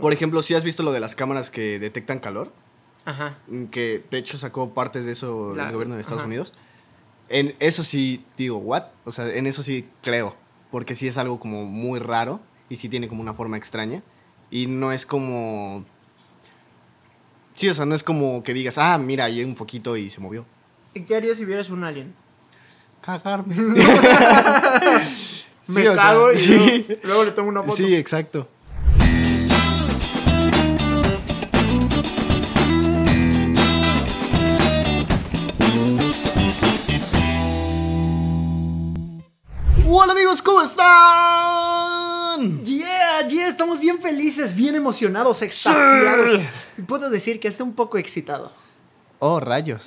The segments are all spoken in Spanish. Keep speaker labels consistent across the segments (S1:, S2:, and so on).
S1: Por ejemplo, si has visto lo de las cámaras que detectan calor, Mm,
S2: Ajá.
S1: que de hecho sacó partes de eso
S2: La-
S1: el gobierno de Estados
S2: ajá.
S1: Unidos. En eso sí digo, ¿what? O sea, en eso sí creo, porque sí es algo como muy raro y sí tiene como una forma extraña y no es como... Sí, o sea, no es como que digas, ah, mira, hay un foquito y se movió.
S2: ¿Y qué harías si vieras un alien?
S1: Cagarme. Sí,
S2: Me
S1: o sea,
S2: cago y
S1: sí.
S2: luego, luego le tomo una foto.
S1: Sí, exacto. Hola amigos, ¿cómo están?
S2: Yeah, yeah, estamos bien felices, bien emocionados, extasiados. Puedo decir que estoy un poco excitado.
S1: Oh, rayos.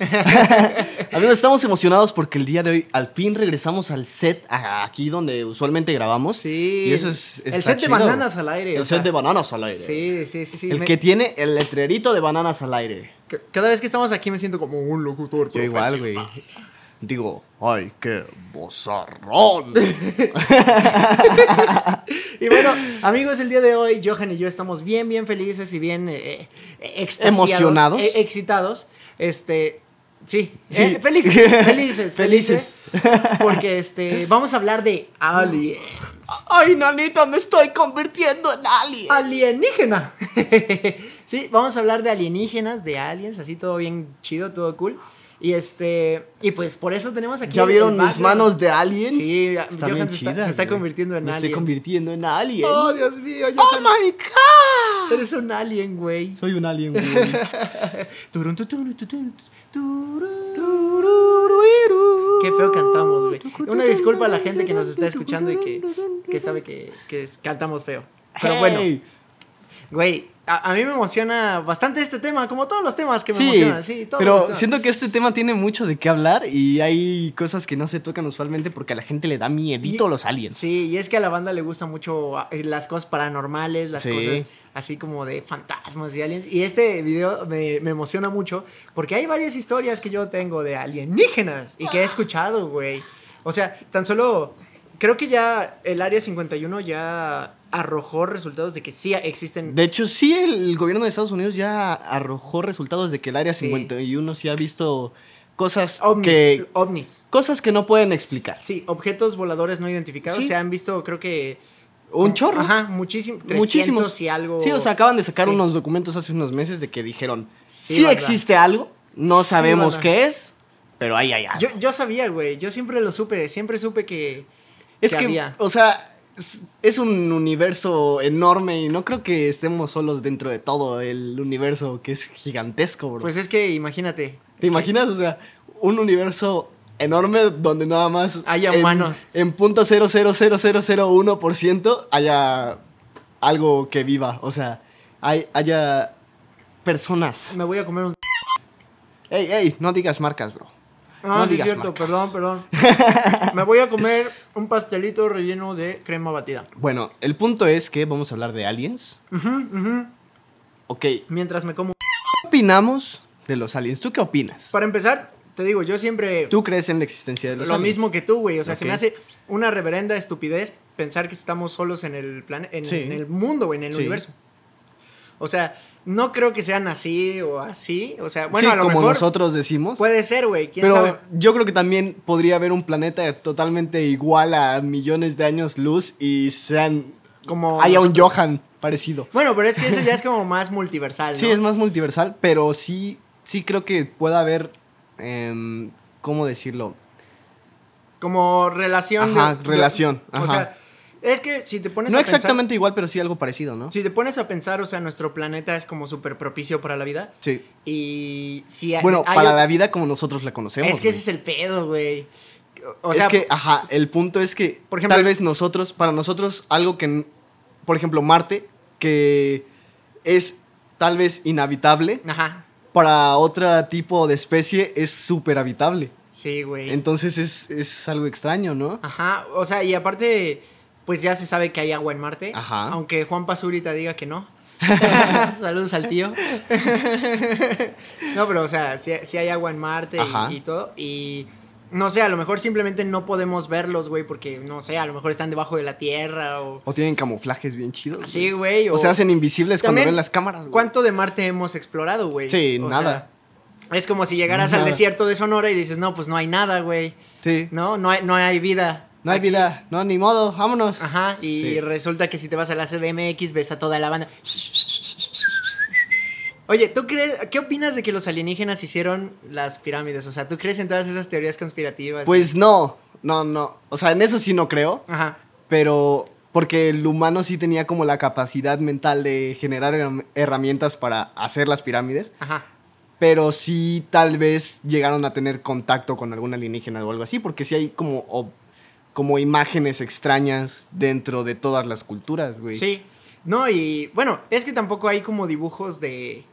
S1: amigos, estamos emocionados porque el día de hoy al fin regresamos al set a- aquí donde usualmente grabamos.
S2: Sí.
S1: Y eso es...
S2: El
S1: está
S2: set de
S1: chido.
S2: bananas al aire, o
S1: El
S2: sea.
S1: set de bananas al aire.
S2: Sí, sí, sí, sí.
S1: El
S2: me-
S1: que tiene el letrerito de bananas al aire.
S2: ca- Cada vez que estamos aquí me siento como un locutor.
S1: Yo igual, güey.
S2: profesional.
S1: Digo, ay, qué bozarrón.
S2: Y bueno, amigos, el día de hoy, Johan y yo estamos bien, bien felices y bien eh, eh, extasiados,
S1: Emocionados.
S2: eh, excitados. Este. Sí,
S1: Sí.
S2: eh, felices, felices,
S1: Felices.
S2: felices. Porque este, vamos a hablar de aliens.
S1: ay, nanita, me estoy convirtiendo en alien.
S2: Alienígena. sí, vamos a hablar de alienígenas, de aliens, así todo bien chido, todo cool. Y este. Y pues por eso tenemos aquí.
S1: ¿Ya
S2: el-
S1: vieron
S2: el
S1: mis
S2: background.
S1: manos de alien?
S2: Sí,
S1: Están
S2: Johan
S1: bien
S2: se,
S1: chidas.
S2: está, se está
S1: güey.
S2: convirtiendo en
S1: Me estoy
S2: alien.
S1: convirtiendo en alien.
S2: Oh, Dios mío, Johan.
S1: Oh, my god.
S2: Eres un alien, güey.
S1: Soy un alien, güey.
S2: Turun, tu, turun, tu, turun, tu, turun.
S1: Turururuiru.
S2: Qué feo cantamos, güey. Una disculpa a la gente que nos está escuchando y que, que sabe que, que es- cantamos feo. Pero bueno,
S1: Hey.
S2: güey, a, a mí me emociona bastante este tema, como todos los temas que me
S1: Sí,
S2: emocionan. Sí, todos los
S1: pero
S2: temas.
S1: siento que este tema tiene mucho de qué hablar y hay cosas que no se tocan usualmente porque a la gente le da miedito
S2: Y-
S1: los aliens.
S2: Sí, y es que a la banda le gusta mucho ah, eh, las cosas paranormales, las
S1: Sí.
S2: cosas así como de fantasmas y aliens. Y este video me, me emociona mucho porque hay varias historias que yo tengo de alienígenas y que he escuchado, güey. O sea, tan solo creo que ya el Área 51 ya arrojó resultados de que sí existen.
S1: De hecho, sí, el gobierno de Estados Unidos ya arrojó resultados de que el Área
S2: Sí.
S1: 51 sí ha visto cosas
S2: ovnis,
S1: que
S2: ovnis.
S1: cosas que no pueden explicar.
S2: Sí, objetos voladores no identificados
S1: Sí.
S2: se han visto, creo que...
S1: Un chorro.
S2: Ajá, muchísimo. 300
S1: Muchísimos.
S2: y algo.
S1: Sí, o sea, acaban de sacar
S2: Sí.
S1: unos documentos hace unos meses de que dijeron,
S2: Sí,
S1: sí,
S2: banda.
S1: existe algo, no
S2: Sí,
S1: sabemos
S2: banda.
S1: qué es, pero ahí hay algo.
S2: Yo, yo sabía, güey. Yo siempre lo supe. Siempre supe que.
S1: es que,
S2: había.
S1: o sea, es- es un universo enorme y no creo que estemos solos dentro de todo el universo que es gigantesco, bro.
S2: Pues es que imagínate.
S1: ¿Te imaginas? O sea, un universo enorme donde nada más...
S2: Haya
S1: en-
S2: humanos.
S1: En punto 0.00001% haya algo que viva. O sea, hay, haya personas.
S2: Me voy a comer un.
S1: Ey, ey, no digas marcas, bro.
S2: Ah,
S1: No
S2: sí, es
S1: digas
S2: cierto.
S1: marcas.
S2: Perdón, perdón. Me voy a comer un pastelito relleno de crema batida.
S1: Bueno, el punto es que vamos a hablar de aliens.
S2: Ujú, ujú.
S1: Ok, ¿qué
S2: Mientras me como.
S1: opinamos de los aliens? ¿Tú qué opinas?
S2: Para empezar, te digo, yo siempre.
S1: ¿Tú crees en la existencia de los
S2: lo
S1: aliens?
S2: mismo que tú, güey. O sea, se
S1: Ok.
S2: me hace una reverenda estupidez pensar que estamos solos en el plan en,
S1: Sí.
S2: en el mundo, güey, en el
S1: Sí.
S2: universo. O sea, no creo que sean así o así. O sea, bueno,
S1: Sí,
S2: a lo
S1: como
S2: mejor
S1: nosotros decimos.
S2: puede ser, güey. ¿Quién
S1: Pero
S2: sabe?
S1: yo creo que también podría haber un planeta totalmente igual a millones de años luz y sean
S2: Como
S1: haya
S2: nosotros.
S1: un Johan parecido.
S2: Bueno, pero es que eso ya es como más multiversal, ¿no?
S1: Sí, es más multiversal, pero sí, sí creo que pueda haber, em, ¿cómo decirlo?
S2: Como relación.
S1: Ajá, relación,
S2: O
S1: ajá.
S2: sea, es que si te pones
S1: No
S2: a pensar-
S1: exactamente igual, pero sí algo parecido, ¿no?
S2: si te pones a pensar, o sea, nuestro planeta es como súper propicio para la vida.
S1: Sí.
S2: Y si hay-
S1: Bueno,
S2: Eh, hay
S1: para
S2: o-
S1: la vida como nosotros la conocemos.
S2: Es que ese
S1: güey.
S2: es el pedo, güey. O
S1: Es
S2: sea,
S1: que, ah, ajá, el punto es que,
S2: Por ejemplo,
S1: tal
S2: el-
S1: vez nosotros, para nosotros, algo que, n- por ejemplo, Marte, que es tal vez inhabitable,
S2: Ajá.
S1: para otro tipo de especie es súper habitable.
S2: Sí, güey.
S1: Entonces es, es algo extraño, ¿no?
S2: Ajá. O sea, y aparte, pues ya se sabe que hay agua en Marte.
S1: Ajá.
S2: Aunque Juan Pazurita diga que no. Saludos al tío. no, pero o sea, si hay agua en Marte y-
S1: Ajá.
S2: y, todo. Y No sé, a lo mejor simplemente no podemos verlos, güey, porque no sé, a lo mejor están debajo de la tierra o.
S1: O tienen camuflajes bien chidos.
S2: Sí, güey.
S1: O se hacen invisibles cuando
S2: También,
S1: ven las cámaras. güey.
S2: ¿Cuánto de Marte hemos explorado, güey?
S1: Sí,
S2: O
S1: nada.
S2: sea, es como si llegaras al
S1: Nada.
S2: desierto de Sonora y dices, no, pues no hay nada, güey.
S1: Sí. No,
S2: No, no hay, no hay vida.
S1: hay vida. No, ni modo. Vámonos.
S2: Ajá, y
S1: Sí.
S2: resulta que si te vas a la CDMX ves a toda la banda. Oye, ¿tú crees, qué opinas de que los alienígenas hicieron las pirámides? O sea, ¿tú crees en todas esas teorías conspirativas?
S1: Pues no. No, no. O sea, en eso sí no creo.
S2: Ajá.
S1: Pero. Porque el humano sí tenía como la capacidad mental de generar her- herramientas para hacer las pirámides.
S2: Ajá.
S1: Pero sí tal vez llegaron a tener contacto con algún alienígena o algo así. Porque sí hay como. ob- como imágenes extrañas dentro de todas las culturas, güey.
S2: Sí. No, y bueno, es que tampoco hay como dibujos de,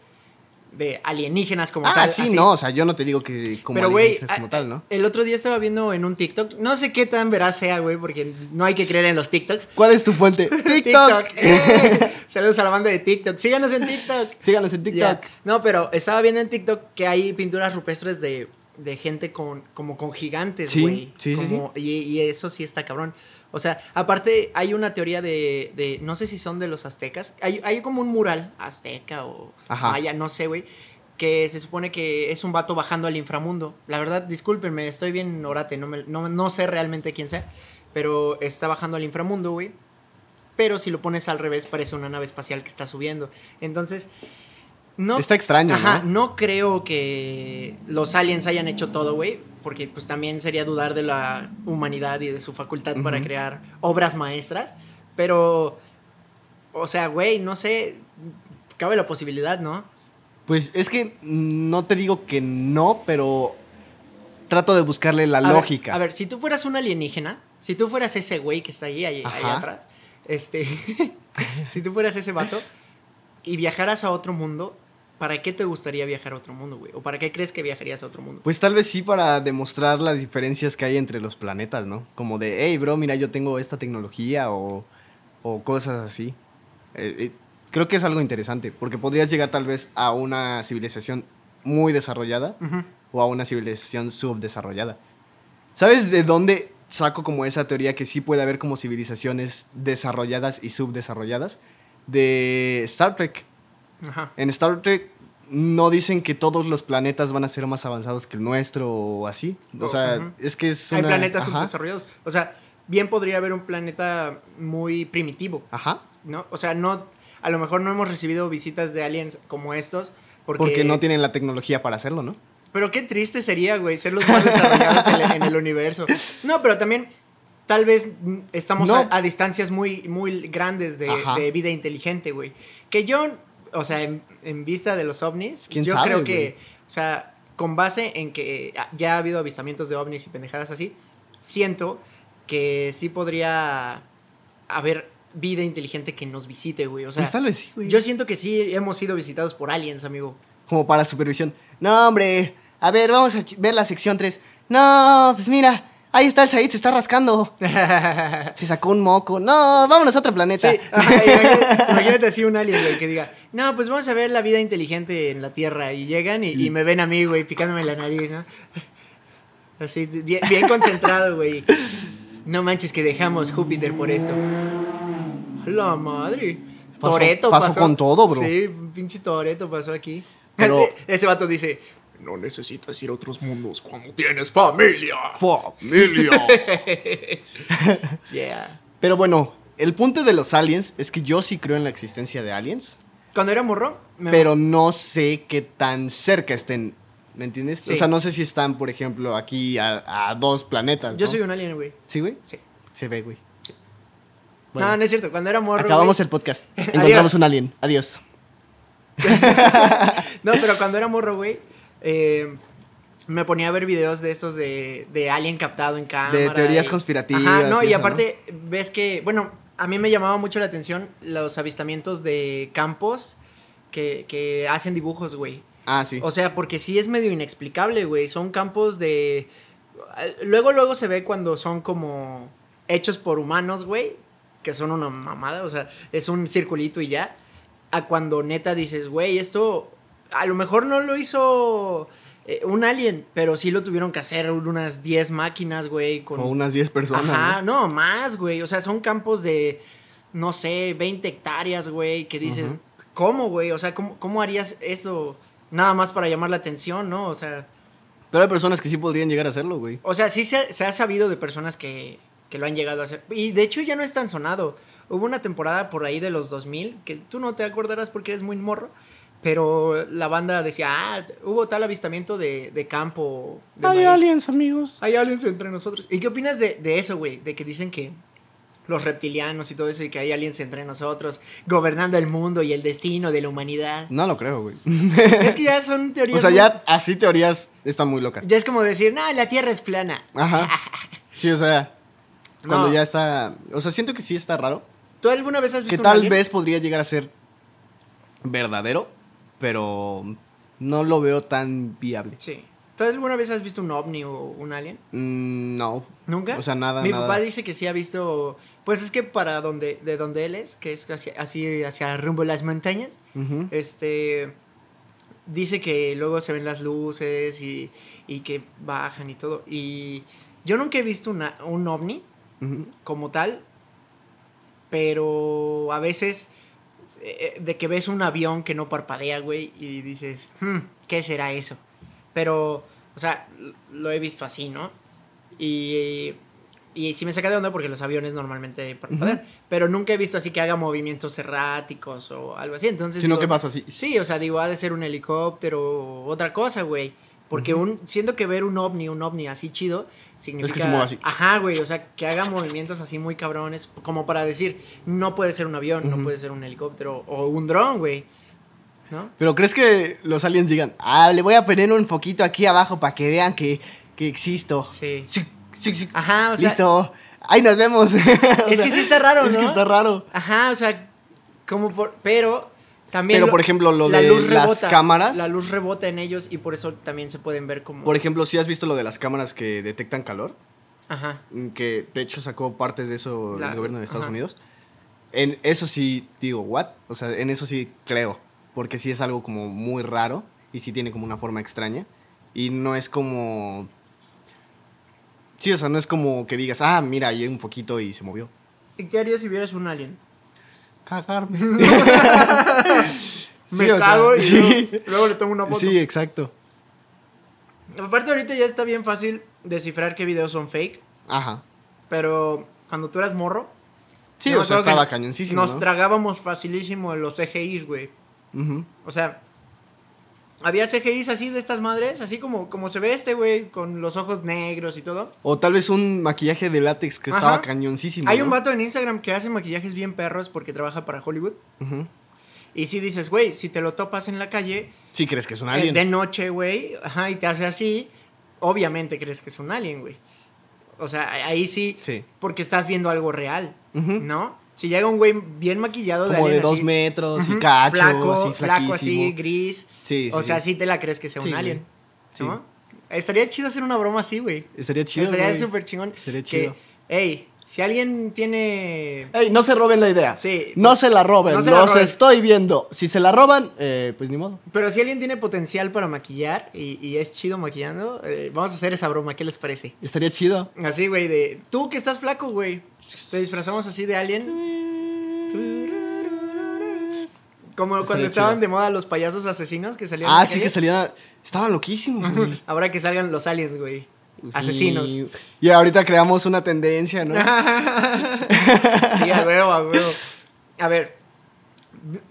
S2: de alienígenas como
S1: Ah,
S2: tal.
S1: sí,
S2: así.
S1: no, o sea, yo no te digo que como
S2: Pero, güey, ah,
S1: alienígenas
S2: a-
S1: como tal, ¿no?
S2: el otro día estaba viendo en un TikTok, no sé qué tan veraz sea, güey, porque no hay que creer en los TikToks.
S1: ¿Cuál es tu fuente? ¡TikTok!
S2: ¡Eh! Saludos a la banda de TikTok. Síganos en TikTok.
S1: Síganos en TikTok.
S2: Ya. No, pero estaba viendo en TikTok que hay pinturas rupestres de, de gente con, como con gigantes,
S1: Sí,
S2: güey.
S1: sí, sí,
S2: Como- Y, y eso sí está cabrón. O sea, aparte hay una teoría de, de- no sé si son de los aztecas. Hay, hay como un mural azteca o
S1: Ajá.
S2: maya, no sé, güey. Que se supone que es un vato bajando al inframundo. La verdad, discúlpenme, estoy bien orate, no, me- no, no sé realmente quién sea. Pero está bajando al inframundo, güey. Pero si lo pones al revés, parece una nave espacial que está subiendo. Entonces, no.
S1: Está extraño,
S2: Ajá,
S1: ¿no?
S2: no creo que los aliens hayan hecho todo, güey, porque pues también sería dudar de la humanidad y de su facultad para
S1: Ujú.
S2: crear obras maestras, pero, o sea, güey, no sé, cabe la posibilidad, ¿no?
S1: Pues es que no te digo que no, pero trato de buscarle la
S2: A ver,
S1: lógica.
S2: a ver, si tú fueras un alienígena, si tú fueras ese güey que está ahí, ahí, ahí
S1: Ajá.
S2: atrás, este, si tú fueras ese vato y viajaras a otro mundo, ¿para qué te gustaría viajar a otro mundo, güey? ¿O para qué crees que viajarías a otro mundo?
S1: Pues tal vez sí para demostrar las diferencias que hay entre los planetas, ¿no? Como de, hey, bro, mira, yo tengo esta tecnología o, o cosas así. Eh, eh, creo que es algo interesante, porque podrías llegar tal vez a una civilización muy desarrollada
S2: Ujú.
S1: o a una civilización subdesarrollada. ¿Sabes de dónde saco como esa teoría que sí puede haber como civilizaciones desarrolladas y subdesarrolladas? De Star Trek.
S2: Ajá.
S1: En Star Trek no dicen que todos los planetas van a ser más avanzados que el nuestro o así. O
S2: Oh,
S1: sea,
S2: ujú.
S1: es que es
S2: Hay
S1: una-
S2: planetas
S1: ajá,
S2: subdesarrollados. O sea, bien podría haber un planeta muy primitivo,
S1: Ajá.
S2: ¿no? O sea, no, a lo mejor no hemos recibido visitas de aliens como estos. Porque,
S1: Porque... no tienen la tecnología para hacerlo, ¿no?
S2: Pero qué triste sería, güey, ser los más desarrollados en, el- en el universo. No, pero también tal vez mm, estamos
S1: No.
S2: a, a distancias muy, muy grandes de,
S1: Ajá.
S2: de vida inteligente, güey. Que yo, o sea, en, en vista de los ovnis,
S1: ¿Quién
S2: yo
S1: sabe,
S2: creo que,
S1: güey?
S2: o sea, con base en que ah, ya ha habido avistamientos de ovnis y pendejadas así, siento que sí podría haber vida inteligente que nos visite, güey. O sea,
S1: pues tal vez sí, güey.
S2: yo siento que sí hemos sido visitados por aliens, amigo.
S1: Como para supervisión. No, hombre. A ver, vamos a ch- ver la sección 3. No, pues mira. Ahí está el Said, se está rascando. Se sacó un moco. No, vámonos a otro planeta.
S2: Sí, ajá, imagínate, imagínate así un alien, güey, que diga, no, pues vamos a ver la vida inteligente en la Tierra. Y llegan y, y
S1: Mm.
S2: me ven a mí, güey, picándome la nariz, ¿no? Así, bien, bien concentrado, güey. No manches que dejamos Júpiter por esto. A La madre.
S1: Pasó-
S2: Toreto
S1: pasó con todo, bro.
S2: Sí, pinche Toreto pasó aquí.
S1: Pero-
S2: Ese vato dice,
S3: No necesitas ir a otros mundos cuando tienes familia.
S1: Fuck.
S3: Familia.
S2: yeah.
S1: Pero bueno, el punto de los aliens es que yo sí creo en la existencia de aliens,
S2: Cuando era morro, me-
S1: pero no sé qué tan cerca estén. ¿Me entiendes?
S2: Sí.
S1: O sea, no sé si están, por ejemplo, aquí a, a dos planetas.
S2: yo
S1: ¿no?
S2: soy un alien, güey.
S1: ¿Sí, güey?
S2: Sí.
S1: Se ve, güey.
S2: No,
S1: Bueno,
S2: no es cierto. Cuando era morro.
S1: acabamos
S2: güey,
S1: el podcast. Encontramos un alien. Adiós.
S2: No, pero cuando era morro, güey, eh, me ponía a ver videos de estos de, de alien captado en cámara.
S1: teorías
S2: y-
S1: conspirativas
S2: Ajá, no,
S1: y
S2: y,
S1: eso,
S2: aparte ves que, bueno, a mí me llamaba mucho la atención los avistamientos de campos que, que hacen dibujos, güey.
S1: Ah, sí.
S2: O sea, porque sí es medio inexplicable, güey. Son campos de... eh, Luego, luego se ve cuando son como hechos por humanos, güey. Que son una mamada, o sea, es un circulito y ya. A cuando neta dices, güey, esto a lo mejor no lo hizo eh, un alien, pero sí lo tuvieron que hacer unas 10 máquinas, güey. Con
S1: Como unas 10 personas.
S2: Ajá,
S1: ¿no?
S2: no, más, güey. O sea, son campos de, no sé, 20 hectáreas, güey, que dices,
S1: Ujú.
S2: ¿cómo, güey? O sea, ¿cómo, ¿cómo harías eso? Nada más para llamar la atención, ¿no? O sea,
S1: Pero hay personas que sí podrían llegar a hacerlo, güey.
S2: o sea sí se, ha- se ha sabido de personas que, que lo han llegado a hacer. Y de hecho ya no es tan sonado. Hubo una temporada por ahí de los 2000, que tú no te acordarás porque eres muy morro, pero la banda decía, ah, hubo tal avistamiento de, de campo. De maíz".
S1: amigos.
S2: Hay aliens entre nosotros. ¿Y qué opinas de, de eso, güey? De que dicen que los reptilianos y todo eso y que hay aliens entre nosotros, gobernando el mundo y el destino de la humanidad.
S1: No lo creo, güey.
S2: es que ya son teorías.
S1: O sea,
S2: muy-
S1: ya así teorías están muy locas.
S2: Ya es como decir, no, la Tierra es plana.
S1: Ajá. Sí, o sea, cuando
S2: No.
S1: ya está... O sea, siento que sí está raro.
S2: ¿Tú alguna vez has visto
S1: Que
S2: un
S1: tal
S2: alien?
S1: vez podría llegar a ser verdadero, pero no lo veo tan viable.
S2: Sí. ¿Tú alguna vez has visto un ovni o un alien?
S1: Mm, no.
S2: ¿Nunca?
S1: O sea, nada,
S2: Mi
S1: nada.
S2: papá dice que sí ha visto... Pues es que para donde, de donde él es, que es hacia- así hacia rumbo a las montañas,
S1: Ujú.
S2: Este. Dice que luego se ven las luces y, y que bajan y todo. Y yo nunca he visto una- un ovni
S1: Ujú.
S2: como tal, pero a veces eh, eh, de que ves un avión que no parpadea, güey, y dices, "Hmm, ¿qué será eso? Pero, o sea, l- lo he visto así, ¿no? Y, y sí me saca de onda porque los aviones normalmente parpadean, pero nunca he visto así que haga movimientos erráticos o algo así. Entonces,
S1: Sino
S2: digo,
S1: que pasa así.
S2: Sí, o sea, digo, ha de ser un helicóptero o otra cosa, güey. Porque un, siento que ver un ovni, un ovni así chido, significa...
S1: se mueva así.
S2: Ajá, güey, o sea, que haga movimientos así muy cabrones, como para decir, no puede ser un avión, no puede ser un helicóptero o un dron, güey. ¿No?
S1: Pero ¿crees que los aliens digan, ah, le voy a poner un foquito aquí abajo para que vean que, que existo?
S2: Sí.
S1: Sí, sí, sí.
S2: Ajá, o sea...
S1: Listo. Ahí nos vemos. es
S2: Es que sí está raro,
S1: Es que
S2: ¿no?
S1: está raro.
S2: Ajá, o sea, como por... Pero también...
S1: Pero, por ejemplo, lo de las cámaras.
S2: La luz rebota en ellos y por eso también se pueden ver como...
S1: Por ejemplo, si has visto lo de las cámaras que detectan calor,
S2: Ajá.
S1: Mm, que de hecho sacó partes de eso
S2: La-
S1: el gobierno de Estados
S2: ajá.
S1: Unidos. En eso sí digo, ¿what? O sea, en eso sí creo, porque sí es algo como muy raro y sí tiene como una forma extraña y no es como... Sí, o sea, no es como que digas, ah, mira, ahí hay un foquito y se movió.
S2: ¿Y qué harías si vieras un alien?
S1: Cagarme.
S2: Me cago y
S1: sí,
S2: luego, luego le tomo una foto.
S1: sí, exacto.
S2: Aparte ahorita ya está bien fácil descifrar qué videos son fake,
S1: Ajá.
S2: pero cuando tú eras morro...
S1: Sí,
S2: yo me
S1: o sea,
S2: acuerdo que
S1: estaba cañoncísimo,
S2: Nos
S1: ¿no?
S2: tragábamos facilísimo los CGIs, güey.
S1: Ujú.
S2: O sea, había CGIs así de estas madres, así como, como se ve este, güey, con los ojos negros y todo.
S1: O tal vez un maquillaje de látex que
S2: Ajá.
S1: estaba cañoncísimo.
S2: Hay un
S1: ¿no?
S2: vato en Instagram que hace maquillajes bien perros porque trabaja para Hollywood.
S1: Ujú.
S2: Y si dices, güey, si te lo topas en la calle,
S1: Sí, crees que es un
S2: eh,
S1: alien.
S2: de noche, güey, ajá, y te hace así, obviamente crees que es un alien, güey. O sea, ahí sí,
S1: Sí.
S2: porque estás viendo algo real,
S1: Ujú.
S2: ¿no? Si llega un güey bien maquillado
S1: como de
S2: alien
S1: dos
S2: así,
S1: metros y
S2: ujú,
S1: cacho,
S2: flaco,
S1: así
S2: flaco,
S1: flaquísimo.
S2: así, gris.
S1: Sí,
S2: o
S1: sí,
S2: sea,
S1: sí.
S2: sí te la crees que sea
S1: Sí,
S2: un
S1: güey.
S2: alien,
S1: Sí.
S2: ¿no? Estaría chido hacer una broma así, güey.
S1: Estaría chido.
S2: Estaría
S1: güey.
S2: súper chingón.
S1: Estaría
S2: que,
S1: chido.
S2: Ey, si alguien tiene...
S1: Ey, no se roben la idea.
S2: Sí.
S1: No se la roben.
S2: No se la
S1: los
S2: roben.
S1: estoy viendo. Si se la roban, eh, pues ni modo.
S2: Pero si alguien tiene potencial para maquillar y, y es chido maquillando, eh, vamos a hacer esa broma, ¿qué les parece?
S1: Estaría chido.
S2: Así, güey, de. Tú que estás flaco, güey. Te disfrazamos así de alien. Como
S1: Estaría
S2: cuando
S1: chido.
S2: estaban de moda los payasos asesinos que salían.
S1: Ah,
S2: en la
S1: sí que
S2: calle.
S1: salían. Estaban loquísimos, güey.
S2: Ahora que salgan los aliens, güey. Asesinos.
S1: Y, y ahorita creamos una tendencia, ¿no?
S2: Sí, a huevo, a huevo. A ver.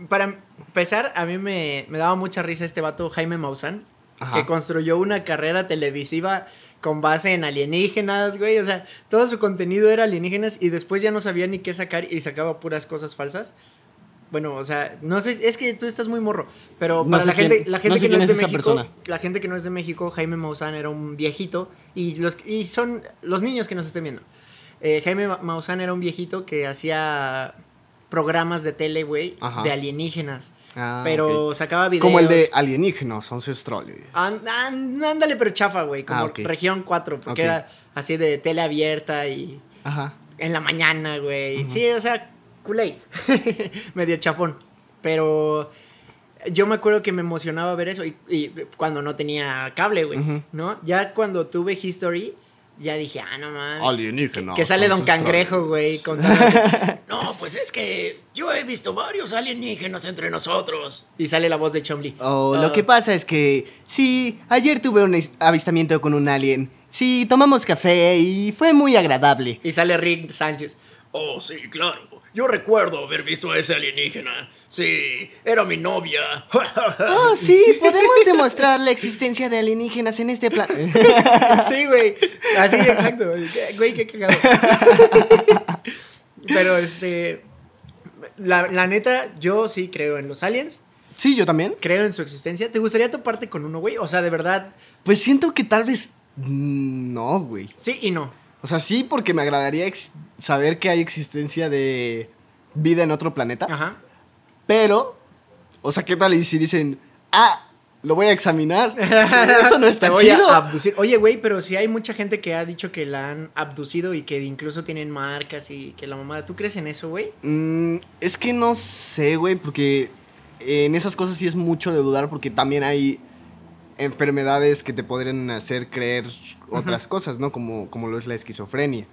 S2: Para empezar, a mí me, me daba mucha risa este vato Jaime Maussan.
S1: Ajá.
S2: Que construyó una carrera televisiva con base en alienígenas, güey. O sea, todo su contenido era alienígenas y después ya no sabía ni qué sacar y sacaba puras cosas falsas. Bueno, o sea, no sé, es que tú estás muy morro, pero
S1: No
S2: para
S1: sé
S2: la gente,
S1: quién-
S2: la gente
S1: no sé
S2: que no
S1: quién
S2: es de
S1: es esa
S2: México,
S1: persona.
S2: la gente que no es de México, Jaime Maussan era un viejito y los y son los niños que nos estén viendo. Eh, Jaime Ma- Maussan era un viejito que hacía programas de tele, güey,
S1: Ajá.
S2: de alienígenas,
S1: Ah,
S2: pero
S1: ok.
S2: sacaba videos. Ah,
S1: Como el de alienígenos, ancestrales.
S2: An- an- ándale, pero chafa, güey, como
S1: Ah, ok.
S2: región 4, porque
S1: Ok.
S2: era así de tele abierta y
S1: Ajá.
S2: en la mañana, güey. Sí, o sea, culé. Medio chafón. Pero yo me acuerdo que me emocionaba ver eso y, y cuando no tenía cable, güey,
S1: Ujú.
S2: ¿no? Ya cuando tuve History, ya dije, ah, no mames.
S1: Alienígena.
S2: que sale Don Cangrejo, güey, contando-
S3: No, pues es que yo he visto varios alienígenas entre nosotros.
S2: y sale la voz de Chomli.
S1: Oh,
S2: Ah,
S1: lo que pasa es que sí, ayer tuve un es- avistamiento con un alien. Sí, tomamos café y fue muy agradable.
S2: Y sale Rick Sánchez.
S3: Oh, sí, claro. Yo recuerdo haber visto a ese alienígena. Sí, era mi novia.
S1: Oh, sí, podemos demostrar la existencia de alienígenas en este plan.
S2: Sí, güey. Así, exacto. güey. Qué- Güey, qué cagado. Pero este. La, la neta, yo sí creo en los aliens.
S1: Sí, yo también.
S2: Creo en su existencia. ¿Te gustaría toparte con uno, güey? O sea, de verdad,
S1: Pues siento que tal vez mm, no, güey.
S2: sí y no.
S1: O sea, sí, porque me agradaría ex- saber que hay existencia de vida en otro planeta.
S2: Ajá.
S1: Pero, o sea, ¿qué tal y si dicen, ah, lo voy a examinar? Eso no
S2: Te
S1: está
S2: voy a
S1: chido.
S2: abducir. Oye, güey, pero si hay mucha gente que ha dicho que la han abducido y que incluso tienen marcas y que la mamada. ¿Tú crees en eso, güey?
S1: Mm, es que no sé, güey, porque en esas cosas sí es mucho de dudar, porque también hay enfermedades que te podrían hacer creer otras cosas, ¿no? Como, como lo es la esquizofrenia,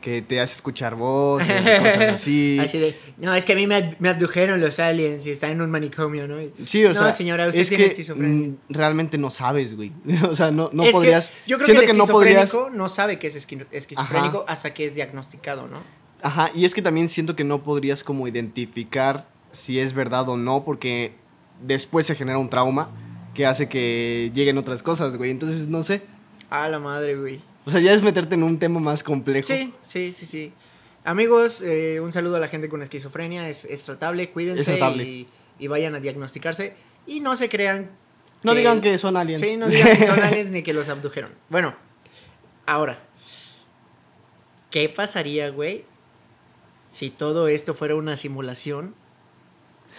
S1: que te hace escuchar voces, y cosas así.
S2: Así de, no, es que a mí me, ad- me abdujeron los aliens y están en un manicomio, ¿no?
S1: Sí, o
S2: no,
S1: sea,
S2: señora, usted
S1: es
S2: tiene
S1: que
S2: esquizofrenia.
S1: mm, realmente no sabes, güey. O sea, no, no
S2: Es que
S1: podrías.
S2: yo creo
S1: siento
S2: que el
S1: no podrías.
S2: esquizofrénico no sabe que es esqui- esquizofrénico hasta que es diagnosticado, ¿no?
S1: Ajá, y es que también siento que no podrías como identificar si es verdad o no, porque después se genera un trauma que hace que lleguen otras cosas, güey. Entonces, no sé.
S2: A la madre, güey.
S1: O sea, ya es meterte en un tema más complejo.
S2: Sí, sí, sí, sí. Amigos, eh, un saludo a la gente con esquizofrenia. Es, es tratable, cuídense
S1: Es tratable.
S2: Y, y vayan a diagnosticarse. Y no se crean.
S1: No digan que son aliens.
S2: Sí, no digan que son aliens ni que los abdujeron. Bueno, ahora. ¿Qué pasaría, güey, si todo esto fuera una simulación?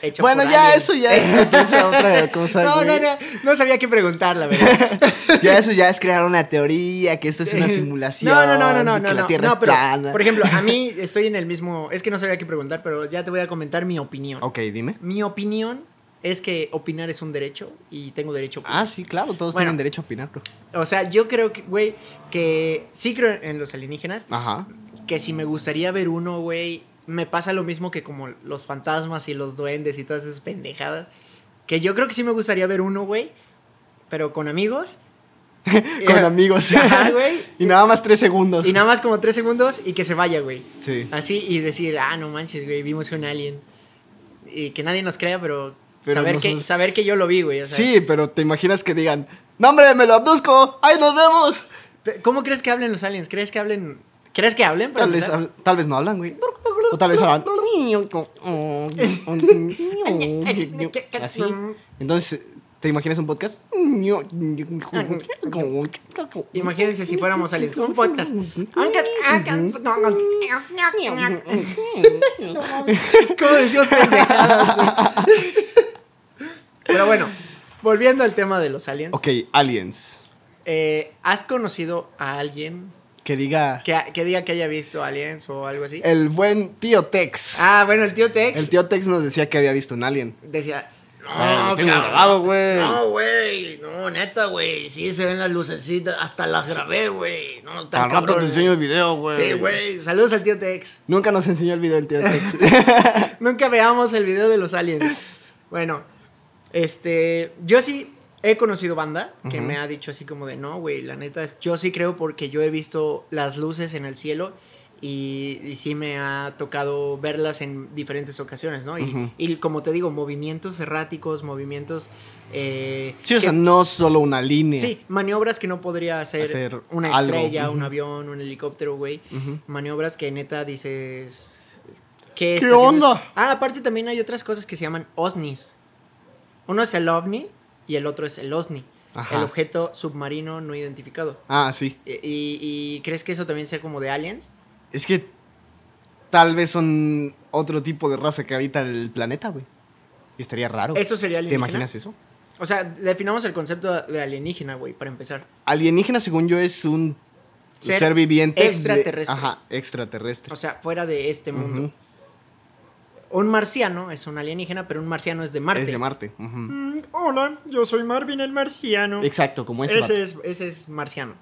S2: hecha
S1: Bueno,
S2: por
S1: ya
S2: aliens?
S1: eso ya es empieza otra cosa.
S2: No,
S1: güey.
S2: no, no, no sabía qué preguntar, la verdad.
S1: Ya eso ya es crear una teoría, que esto es una simulación.
S2: No, no, no, no, no,
S1: y
S2: no,
S1: que la
S2: no,
S1: Tierra
S2: no,
S1: es
S2: pero,
S1: plana.
S2: Por ejemplo, a mí estoy en el mismo, es que no sabía qué preguntar, pero ya te voy a comentar mi opinión.
S1: Ok, dime.
S2: Mi opinión es que opinar es un derecho y tengo derecho a opinar.
S1: Ah, sí, claro, todos
S2: Bueno.
S1: tienen derecho a opinar, bro.
S2: O sea, yo creo que, güey, que sí creo en los alienígenas,
S1: Ajá.
S2: que si me gustaría ver uno, güey, me pasa lo mismo que como los fantasmas y los duendes y todas esas pendejadas, que yo creo que sí me gustaría ver uno, güey, pero con amigos.
S1: Con
S2: Eh,
S1: amigos.
S2: Ajá, güey.
S1: y nada más tres segundos.
S2: Y nada más como tres segundos y que se vaya, güey.
S1: Sí.
S2: Así y decir, ah, no manches, güey, vimos un alien. Y que nadie nos crea, pero,
S1: Pero
S2: saber, que,
S1: nosotros-
S2: saber que yo lo vi, güey. o sea,
S1: Sí, pero te imaginas que digan, ¡No, hombre, me lo abduzco! ¡Ay, nos vemos!
S2: te- ¿Cómo crees que hablen los aliens? ¿Crees que hablen? ¿Crees que hablen? para
S1: Tal vez,
S2: empezar?
S1: habl- tal vez no hablan, güey. O tal vez hablan. Así. Entonces, ¿te imaginas un podcast?
S2: Imagínense si fuéramos aliens. Un podcast. Ah, ¿Cómo decimos pendejadas, güey? Pero bueno, volviendo al tema de los aliens.
S1: Ok, aliens.
S2: Eh, ¿Has conocido a alguien
S1: Que diga
S2: que, que diga que haya visto aliens o algo así?
S1: el buen tío Tex.
S2: Ah, bueno, el tío Tex
S1: Eh, El tío Tex nos decía que había visto un alien.
S2: decía,
S1: Ah,
S2: no,
S1: lo tengo
S2: cabrón,
S1: grabado, güey.
S3: No, güey. No, neta, güey. Sí se ven las lucecitas. Hasta las grabé, güey. No, está
S1: Al rato te
S3: cabrón,
S1: enseño
S3: eh.
S1: el video, güey.
S2: Sí, güey, saludos al tío Tex.
S1: Nunca nos enseñó el video del tío Tex.
S2: Nunca veamos el video de los aliens. Bueno, este, yo sí he conocido banda que me ha dicho así como de, no, güey, la neta, es- yo sí creo porque yo he visto las luces en el cielo y, y sí me ha tocado verlas en diferentes ocasiones, ¿no? Y,
S1: Ujú.
S2: y como te digo, movimientos erráticos, movimientos... eh,
S1: Sí, o sea,
S2: que-
S1: no solo una línea.
S2: Sí, maniobras que no podría hacer,
S1: Hacer
S2: una
S1: algo,
S2: estrella, un
S1: ujú.
S2: avión, un helicóptero, güey.
S1: Ujú.
S2: Maniobras que neta dices...
S1: ¿Qué
S2: ¿Qué, está haciendo?
S1: onda?
S2: Ah, aparte también hay otras cosas que se llaman OSNIs. Uno es el OVNI y el otro es el OSNI.
S1: Ajá.
S2: El objeto submarino no identificado.
S1: Ah, sí.
S2: Y, y- y crees que eso también sea como de aliens?
S1: Es que tal vez son otro tipo de raza que habita el planeta, güey. Y estaría raro. güey.
S2: Eso sería
S1: ¿Te
S2: alienígena.
S1: imaginas eso?
S2: O sea, definamos el concepto de alienígena, güey, para empezar.
S1: Alienígena, según yo, es un
S2: Ser
S1: ser, viviente. de-
S2: extraterrestre.
S1: ajá, extraterrestre.
S2: O sea, fuera de este mundo.
S1: Ujú.
S2: Un marciano es un alienígena, pero un marciano es de Marte.
S1: Es de Marte. ujú.
S2: Mm, hola, yo soy Marvin el marciano.
S1: Exacto, como ese. vato.
S2: Ese es, ese es marciano.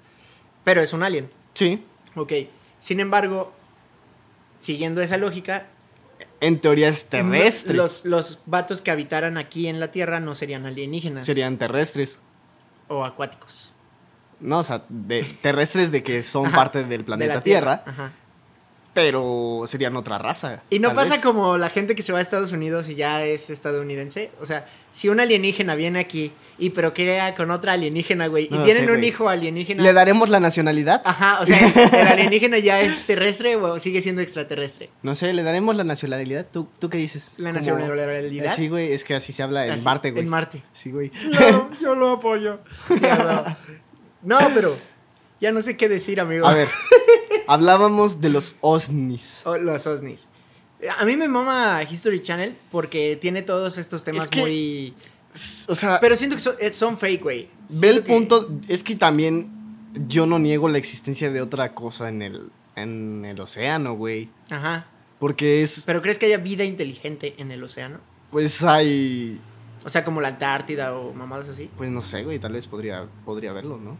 S2: Pero es un alien.
S1: Sí.
S2: Ok. Sin embargo, siguiendo esa lógica,
S1: En teoría es terrestre.
S2: los, los vatos que habitaran aquí en la Tierra no serían alienígenas
S1: Serían terrestres.
S2: o acuáticos.
S1: No, o sea, de, terrestres de que son
S2: Ajá,
S1: parte del planeta
S2: de la
S1: Tierra,
S2: Ajá.
S1: pero serían otra raza.
S2: Y no
S1: tal
S2: pasa
S1: vez.
S2: como la gente que se va a Estados Unidos y ya es estadounidense. O sea, si un alienígena viene aquí y procrea con otra alienígena, güey,
S1: No
S2: y
S1: lo
S2: tienen
S1: sé,
S2: un
S1: güey.
S2: hijo alienígena.
S1: ¿Le daremos la nacionalidad?
S2: Ajá, o sea, ¿el alienígena ya es terrestre o sigue siendo extraterrestre?
S1: No sé, ¿le daremos la nacionalidad? ¿Tú, tú qué dices?
S2: ¿La
S1: Como- Eh,
S2: nacionalidad?
S1: Sí, güey, es que así se habla en
S2: Así,
S1: Marte, güey.
S2: En Marte.
S1: Sí, güey.
S2: Claro, yo lo apoyo. no, pero ya no sé qué decir, amigo.
S1: A ver, hablábamos de los OSNIs.
S2: O Oh, los OSNIs. A mí me mama History Channel porque tiene todos estos temas
S1: Es que-
S2: muy...
S1: O sea,
S2: Pero siento que son, eh, son fake, güey.
S1: ve el
S2: Siento que-
S1: punto, es que también yo no niego la existencia de otra cosa en el, en el océano, güey.
S2: Ajá.
S1: Porque es,
S2: ¿Pero crees que haya vida inteligente en el océano?
S1: pues hay,
S2: O sea, como la Antártida o mamadas así.
S1: pues no sé, güey, tal vez podría, podría verlo, ¿no?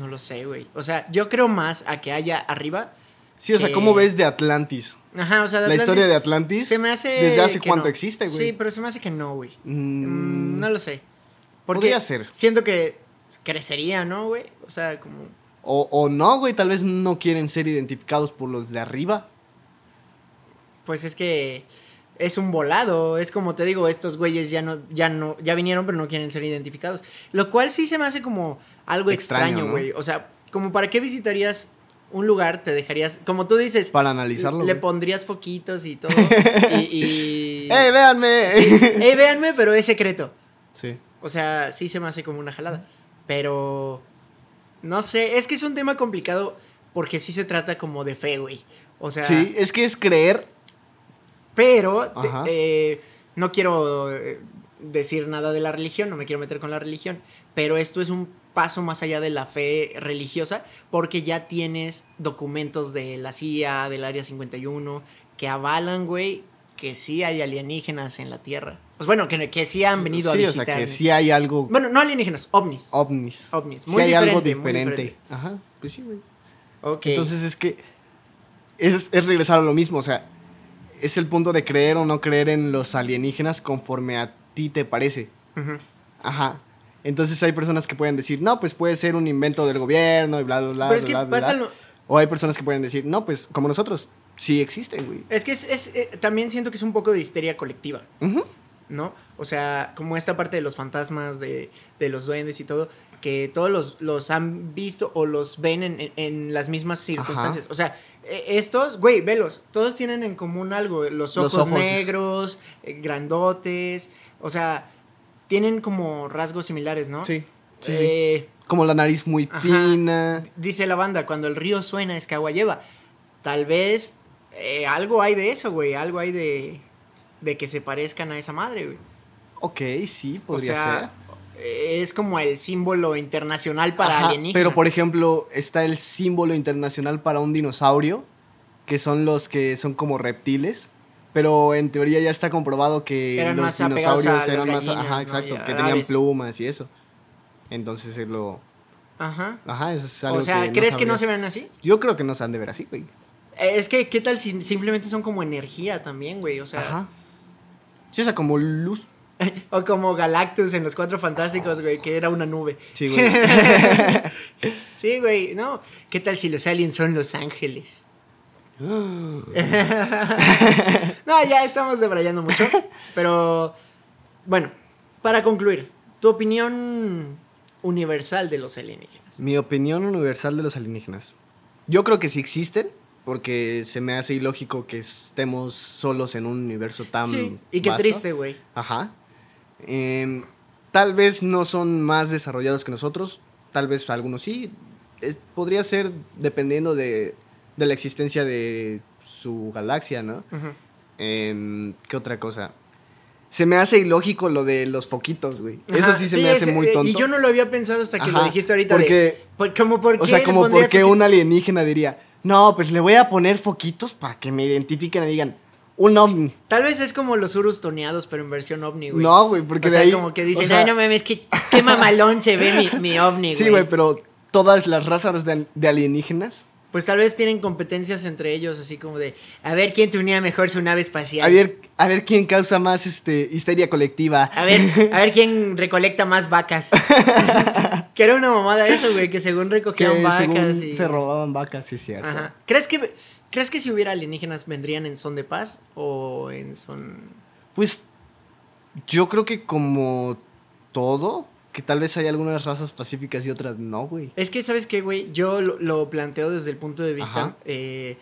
S2: No lo sé, güey. O sea, yo creo más a que haya arriba.
S1: Sí, o sea,
S2: Eh,
S1: ¿cómo ves de Atlantis?
S2: Ajá, o sea, de
S1: La
S2: Atlantis-
S1: historia de Atlantis.
S2: Se me hace.
S1: ¿Desde hace
S2: que
S1: cuánto
S2: no.
S1: existe, güey?
S2: Sí, pero se me hace que no, güey.
S1: Mm,
S2: Mm, no lo sé.
S1: podría ser.
S2: Siento que crecería, ¿no, güey? O sea, como.
S1: o, o no, güey, tal vez no quieren ser identificados por los de arriba.
S2: Pues es que. Es un volado, es como te digo, estos güeyes ya no, ya no, ya vinieron pero no quieren ser identificados. Lo cual sí se me hace como algo
S1: Extraño,
S2: extraño,
S1: ¿no?
S2: güey. O sea, como para qué visitarías un lugar, te dejarías, como tú dices,
S1: Para analizarlo.
S2: le
S1: güey.
S2: pondrías foquitos y todo. y, y-
S1: ¡Ey, ¡Eh, véanme!
S2: Ey, véanme, pero es secreto.
S1: sí.
S2: O sea, sí se me hace como una jalada. Pero. No sé, es que es un tema complicado porque sí se trata como de fe, güey. O sea,
S1: Sí, es que es creer.
S2: pero te-
S1: Ajá.
S2: eh, no quiero eh, decir nada de la religión, no me quiero meter con la religión. Pero esto es un paso más allá de la fe religiosa porque ya tienes documentos de la CIA, del Área 51, que avalan, güey, que sí hay alienígenas en la Tierra. Pues bueno, que, que sí han venido a
S1: sí, o
S2: visitar.
S1: sea, que sí hay algo.
S2: Bueno, no alienígenas, ovnis.
S1: ovnis.
S2: ovnis,
S1: Sí
S2: muy
S1: hay algo
S2: diferente, muy
S1: diferente.
S2: diferente.
S1: Ajá, pues sí, güey.
S2: Ok.
S1: Entonces es que. Es, es regresar a lo mismo, o sea. Es el punto de creer o no creer en los alienígenas conforme a ti te parece.
S2: Ujú.
S1: Ajá. Entonces hay personas que pueden decir, no, pues puede ser un invento del gobierno y bla, bla, bla.
S2: Pero es
S1: bla,
S2: que
S1: bla, bla,
S2: pasa
S1: bla.
S2: lo-
S1: O hay personas que pueden decir, no, pues como nosotros, sí existen, güey.
S2: Es que es, es, eh, también siento que es un poco de histeria colectiva,
S1: Ujú.
S2: ¿no? O sea, como esta parte de los fantasmas, de, de los duendes y todo, que todos los, los han visto o los ven en, en- en las mismas circunstancias. O sea, eh, estos, güey, velos, todos tienen en común algo, eh, los ojos,
S1: Los ojos.
S2: negros, eh, grandotes, o sea, tienen como rasgos similares, ¿no?
S1: Sí. Sí, sí.
S2: Eh,
S1: Como la nariz muy
S2: Ajá.
S1: fina.
S2: Dice la banda, cuando el río suena es que agua lleva. Tal vez eh, algo hay de eso, güey. Algo hay de, de que se parezcan a esa madre, güey.
S1: Ok, sí,
S2: O
S1: podría
S2: sea, eh, es como el símbolo internacional
S1: ser.
S2: para
S1: Ajá,
S2: alienígenas.
S1: Pero por ejemplo, está el símbolo internacional para un dinosaurio, que son los que son como reptiles. Pero en teoría ya está comprobado que
S2: Eran
S1: los
S2: más apegados a
S1: dinosaurios
S2: las
S1: eran más.
S2: gallinas,
S1: Ajá,
S2: ¿no?
S1: exacto,
S2: Y a
S1: que tenían
S2: aves.
S1: plumas y eso. Entonces es lo.
S2: Ajá.
S1: Ajá, eso es algo
S2: O sea,
S1: que
S2: ¿crees que no
S1: sabrías.
S2: se ven así?
S1: Yo creo que no se han de ver así, güey.
S2: Eh, Es que, ¿qué tal si simplemente son como energía también, güey? O sea,
S1: Ajá. Sí, o sea, como luz.
S2: o como Galactus en Los Cuatro Fantásticos, güey, que era una nube.
S1: Sí, güey.
S2: Sí, güey, no. ¿Qué tal si los aliens son los ángeles? no, ya estamos debrayando mucho. Pero, bueno, para concluir, tu opinión universal de los alienígenas.
S1: Mi opinión universal de los alienígenas. Yo creo que sí existen, porque se me hace ilógico que estemos solos en un universo tan.
S2: sí, y qué
S1: vasto.
S2: triste, güey.
S1: Ajá. Em, tal vez no son más desarrollados que nosotros, tal vez algunos sí. Es- podría ser dependiendo de, de la existencia de su galaxia, ¿no?
S2: Ujú.
S1: Em, ¿Qué otra cosa? Se me hace ilógico lo de los foquitos, güey. Eso
S2: Ajá,
S1: sí se me hace
S2: ese-
S1: muy
S2: eh,
S1: tonto.
S2: Y yo no lo había pensado hasta que lo
S1: Ajá,
S2: dijiste ahorita. de-
S1: porque-
S2: por- como por
S1: o
S2: qué
S1: sea,
S2: le
S1: como
S2: pondrías
S1: porque
S2: foquito?
S1: un alienígena diría, no, pues le voy a poner foquitos para que me identifiquen y digan, Un ovni.
S2: Tal vez es como los urus toneados, pero en versión ovni, güey.
S1: No, güey, porque
S2: o sea,
S1: de ahí,
S2: como que dicen,
S1: o sea-
S2: ay, no mames, qué, qué mamalón se ve mi, mi ovni, güey.
S1: Sí, güey, pero todas las razas de, de alienígenas.
S2: Pues tal vez tienen competencias entre ellos, así como de, a ver quién tunea mejor su nave espacial.
S1: A ver, a ver quién causa más este, histeria colectiva.
S2: A ver, a ver quién recolecta más vacas. que era una mamada eso, güey, que según
S1: que
S2: recogían vacas
S1: según
S2: y...
S1: se robaban vacas, sí, es cierto.
S2: Ajá. ¿Crees que, ¿Crees que si hubiera alienígenas vendrían en son de paz o en son...
S1: Pues yo creo que como todo, que tal vez hay algunas razas pacíficas y otras no, güey.
S2: Es que, ¿sabes qué, güey? Yo lo, lo planteo desde el punto de vista
S1: Ajá.
S2: eh,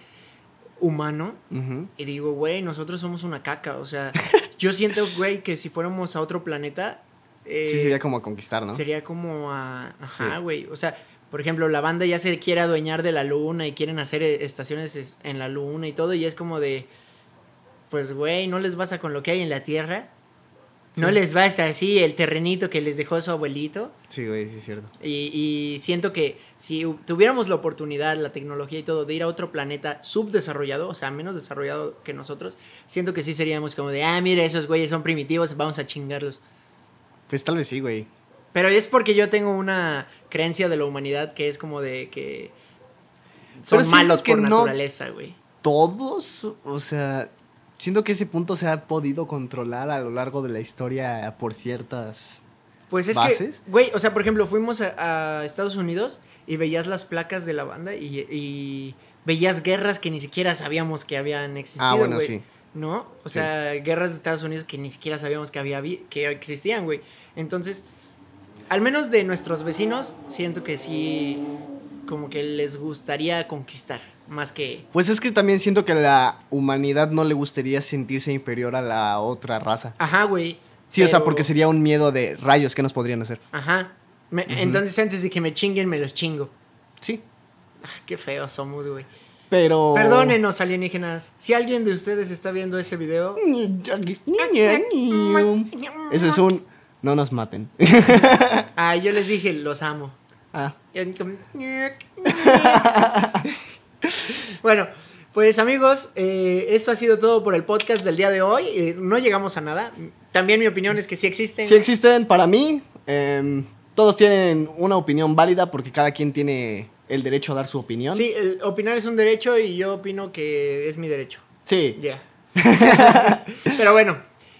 S2: humano.
S1: Ujú.
S2: Y digo, güey, nosotros somos una caca. O sea, yo siento, güey, que si fuéramos a otro planeta... eh,
S1: Sí, sería como a conquistar, ¿no?
S2: Sería como a. Ajá,
S1: Sí.
S2: güey. O sea, por ejemplo, la banda ya se quiere adueñar de la luna y quieren hacer eh, estaciones es- en la luna y todo, y es como de. Pues, güey, no les basta con lo que hay en la tierra. No
S1: Sí.
S2: les basta así el terrenito que les dejó su abuelito.
S1: Sí, güey, sí es cierto.
S2: Y, y siento que si hu- tuviéramos la oportunidad, la tecnología y todo, de ir a otro planeta subdesarrollado, o sea, menos desarrollado que nosotros, siento que sí seríamos como de, ah, mira, esos güeyes son primitivos, vamos a chingarlos.
S1: Pues tal vez sí, güey.
S2: Pero es porque yo tengo una creencia de la humanidad que es como de que son
S1: Pero siento
S2: malos
S1: que
S2: por
S1: no-
S2: naturaleza, güey.
S1: Todos, o sea, siento que ese punto se ha podido controlar a lo largo de la historia por ciertas...
S2: Pues es
S1: ¿Bases?
S2: que, güey, o sea, por ejemplo, fuimos a, a Estados Unidos y veías las placas de la banda y, y veías guerras que ni siquiera sabíamos que habían existido,
S1: Ah, bueno,
S2: güey.
S1: sí.
S2: ¿No? O
S1: Sí.
S2: sea, guerras de Estados Unidos que ni siquiera sabíamos que, había vi- que existían, güey. Entonces, al menos de nuestros vecinos, siento que sí, como que les gustaría conquistar, más que...
S1: Pues es que también siento que a la humanidad no le gustaría sentirse inferior a la otra raza.
S2: Ajá, güey.
S1: Sí, o sea,
S2: pero-
S1: porque sería un miedo de rayos, ¿qué nos podrían hacer?
S2: Ajá. Me- Entonces, antes de que me chinguen, me los chingo.
S1: Sí,
S2: Ah, qué feos somos, güey.
S1: pero...
S2: Perdónenos, alienígenas. Si alguien de ustedes está viendo este video,
S1: Eso es un... No nos maten.
S2: ah, yo les dije, los amo.
S1: Ah.
S2: Bueno, pues amigos, eh, esto ha sido todo por el podcast del día de hoy. Eh, no llegamos a nada. También mi opinión es que sí existen.
S1: Si existen, para mí, em, todos tienen una opinión válida porque cada quien tiene el derecho a dar su opinión.
S2: Sí, el opinar es un derecho y yo opino que es mi derecho.
S1: Sí.
S2: Ya. Pero bueno,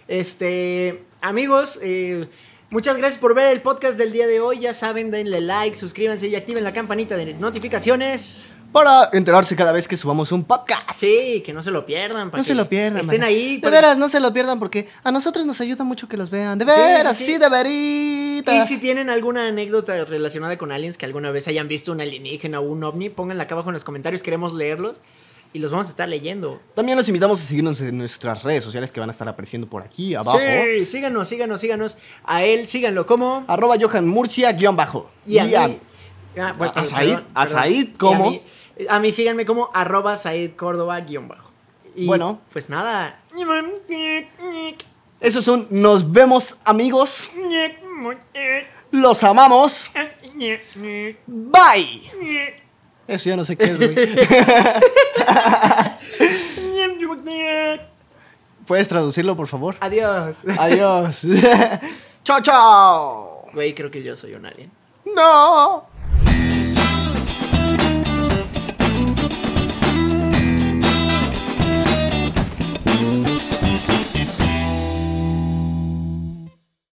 S2: este, amigos, eh, muchas gracias por ver el podcast del día de hoy. Ya saben, denle like, suscríbanse y activen la campanita de notificaciones.
S1: Para enterarse cada vez que subamos un podcast.
S2: Sí, que no se lo pierdan. para
S1: No
S2: que
S1: se lo pierdan.
S2: Estén
S1: maná.
S2: ahí.
S1: De
S2: para-
S1: veras, no se lo pierdan porque a nosotros nos ayuda mucho que los vean. De
S2: Sí, sí,
S1: veras,
S2: sí.
S1: sí, de veritas.
S2: Y si tienen alguna anécdota relacionada con aliens que alguna vez hayan visto un alienígena o un ovni, pónganla acá abajo en los comentarios, queremos leerlos y los vamos a estar leyendo.
S1: También los invitamos a seguirnos en nuestras redes sociales que van a estar apareciendo por aquí abajo.
S2: Sí, síganos, síganos, síganos. A él, síganlo como...
S1: Arroba Johan Murcia, guión bajo.
S2: Y a,
S1: a-
S2: mí- Ah, bueno,
S1: a
S2: eh,
S1: Said,
S2: perdón,
S1: a
S2: perdón.
S1: Said,
S2: Y
S1: ¿cómo?
S2: A mí, a mí síganme como arroba Said Córdoba guión bajo. Y
S1: Bueno.
S2: Pues nada.
S1: Eso es un nos vemos amigos. Los amamos. Bye. Eso ya no sé qué es, güey. ¿Puedes traducirlo, por favor?
S2: Adiós.
S1: Adiós. chao, chao.
S2: Güey, creo que yo soy un alien.
S1: No.